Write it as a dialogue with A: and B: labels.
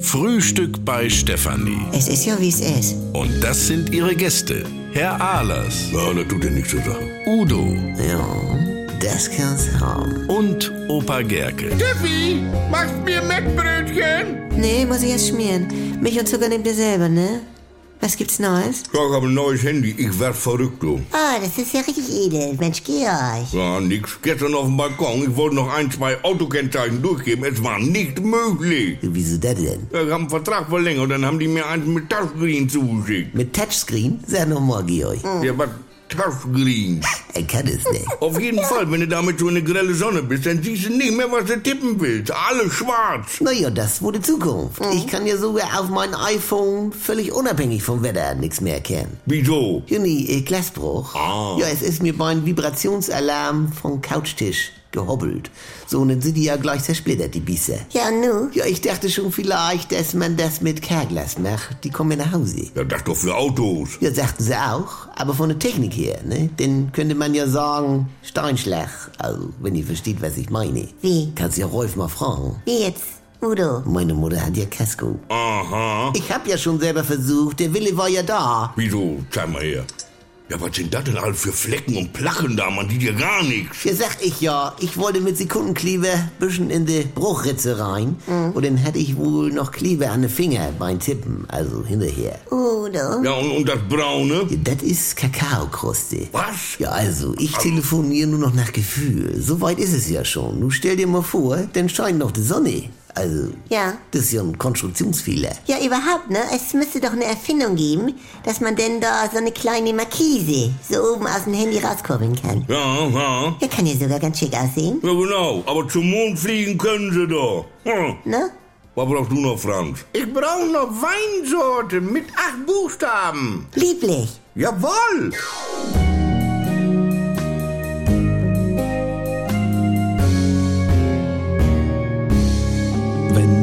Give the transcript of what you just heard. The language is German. A: Frühstück bei Stefanie.
B: Es ist ja, wie es ist.
A: Und das sind ihre Gäste. Herr Ahlers,
C: Ja, das tut dir nichts zu sagen.
A: Udo
B: Ja, das kann's haben.
A: und Opa Gerke.
D: Steffi, machst mir Mettbrötchen?
B: Nee, muss ich erst schmieren. Milch und Zucker nehmt ihr selber, ne? Was gibt's Neues?
C: Ja, ich habe ein neues Handy. Ich werd verrückt, du.
B: Oh, das ist ja richtig edel. Mensch, Georg.
C: Ja, nix. Gestern auf dem Balkon. Ich wollte noch ein, zwei Autokennzeichen durchgeben. Es war nicht möglich.
E: Wieso das denn?
C: Ja, Ich habe einen Vertrag verlängert und dann haben die mir eins mit Touchscreen zugeschickt.
E: Mit Touchscreen? Sag noch mal, Georg.
D: Oh.
C: Ja, was? Touchscreen.
E: Ich kann es nicht.
C: Auf jeden Fall, wenn du damit so in der grelle Sonne bist, dann siehst du nicht mehr, was du tippen willst. Alles schwarz.
E: Naja, das wurde Zukunft. Ich kann ja sogar auf mein iPhone völlig unabhängig vom Wetter nichts mehr erkennen.
C: Wieso?
E: Juni, äh, Glasbruch.
C: Ah.
E: Ja, es ist mir beim Vibrationsalarm vom Couchtisch gehobbelt. So, und dann sind die ja gleich zersplittert, die Biester.
B: Ja, und nu?
E: Ja, ich dachte schon vielleicht, dass man das mit Kerglas macht. Die kommen nach Hause.
C: Ja, das doch für Autos.
E: Ja, sagten sie auch, aber von der Technik her, ne? Dann könnte man ja sagen, Steinschlag. Also, wenn ihr versteht, was ich meine.
B: Wie?
E: Kannst ja Rolf mal fragen.
B: Wie jetzt? Udo.
E: Meine Mutter hat ja Casco.
C: Aha.
E: Ich hab ja schon selber versucht, der Wille war ja da.
C: Wieso? Zeig mal her. Ja, was sind das denn alles für Flecken und Plachen da? Man sieht ja gar nichts.
E: Ja, sag ich ja, ich wollte mit Sekundenkleber bisschen in die Bruchritze rein. Und dann hatte ich wohl noch Kleber an den Finger beim Tippen, also hinterher.
B: Udo.
C: Ja, und, und das Braune?
E: Ja, das ist Kakaokruste.
C: Was?
E: Ja, also, ich telefoniere nur noch nach Gefühl. So weit ist es ja schon. Nun stell dir mal vor, dann scheint noch die Sonne. Also,
B: Ja.
E: das ist ja ein Konstruktionsfehler.
B: Ja, überhaupt, ne? Es müsste doch eine Erfindung geben, dass man denn da so eine kleine Markise so oben aus dem Handy rauskurbeln kann.
C: Ja, ja.
B: Der kann ja sogar ganz schick aussehen,
C: Ja, genau. Aber zum Mond fliegen können sie doch. Hm.
B: ne?
C: Was brauchst du noch, Franz?
D: Ich brauche noch Weinsorte mit acht Buchstaben.
B: Lieblich.
D: Jawohl.
F: Wenn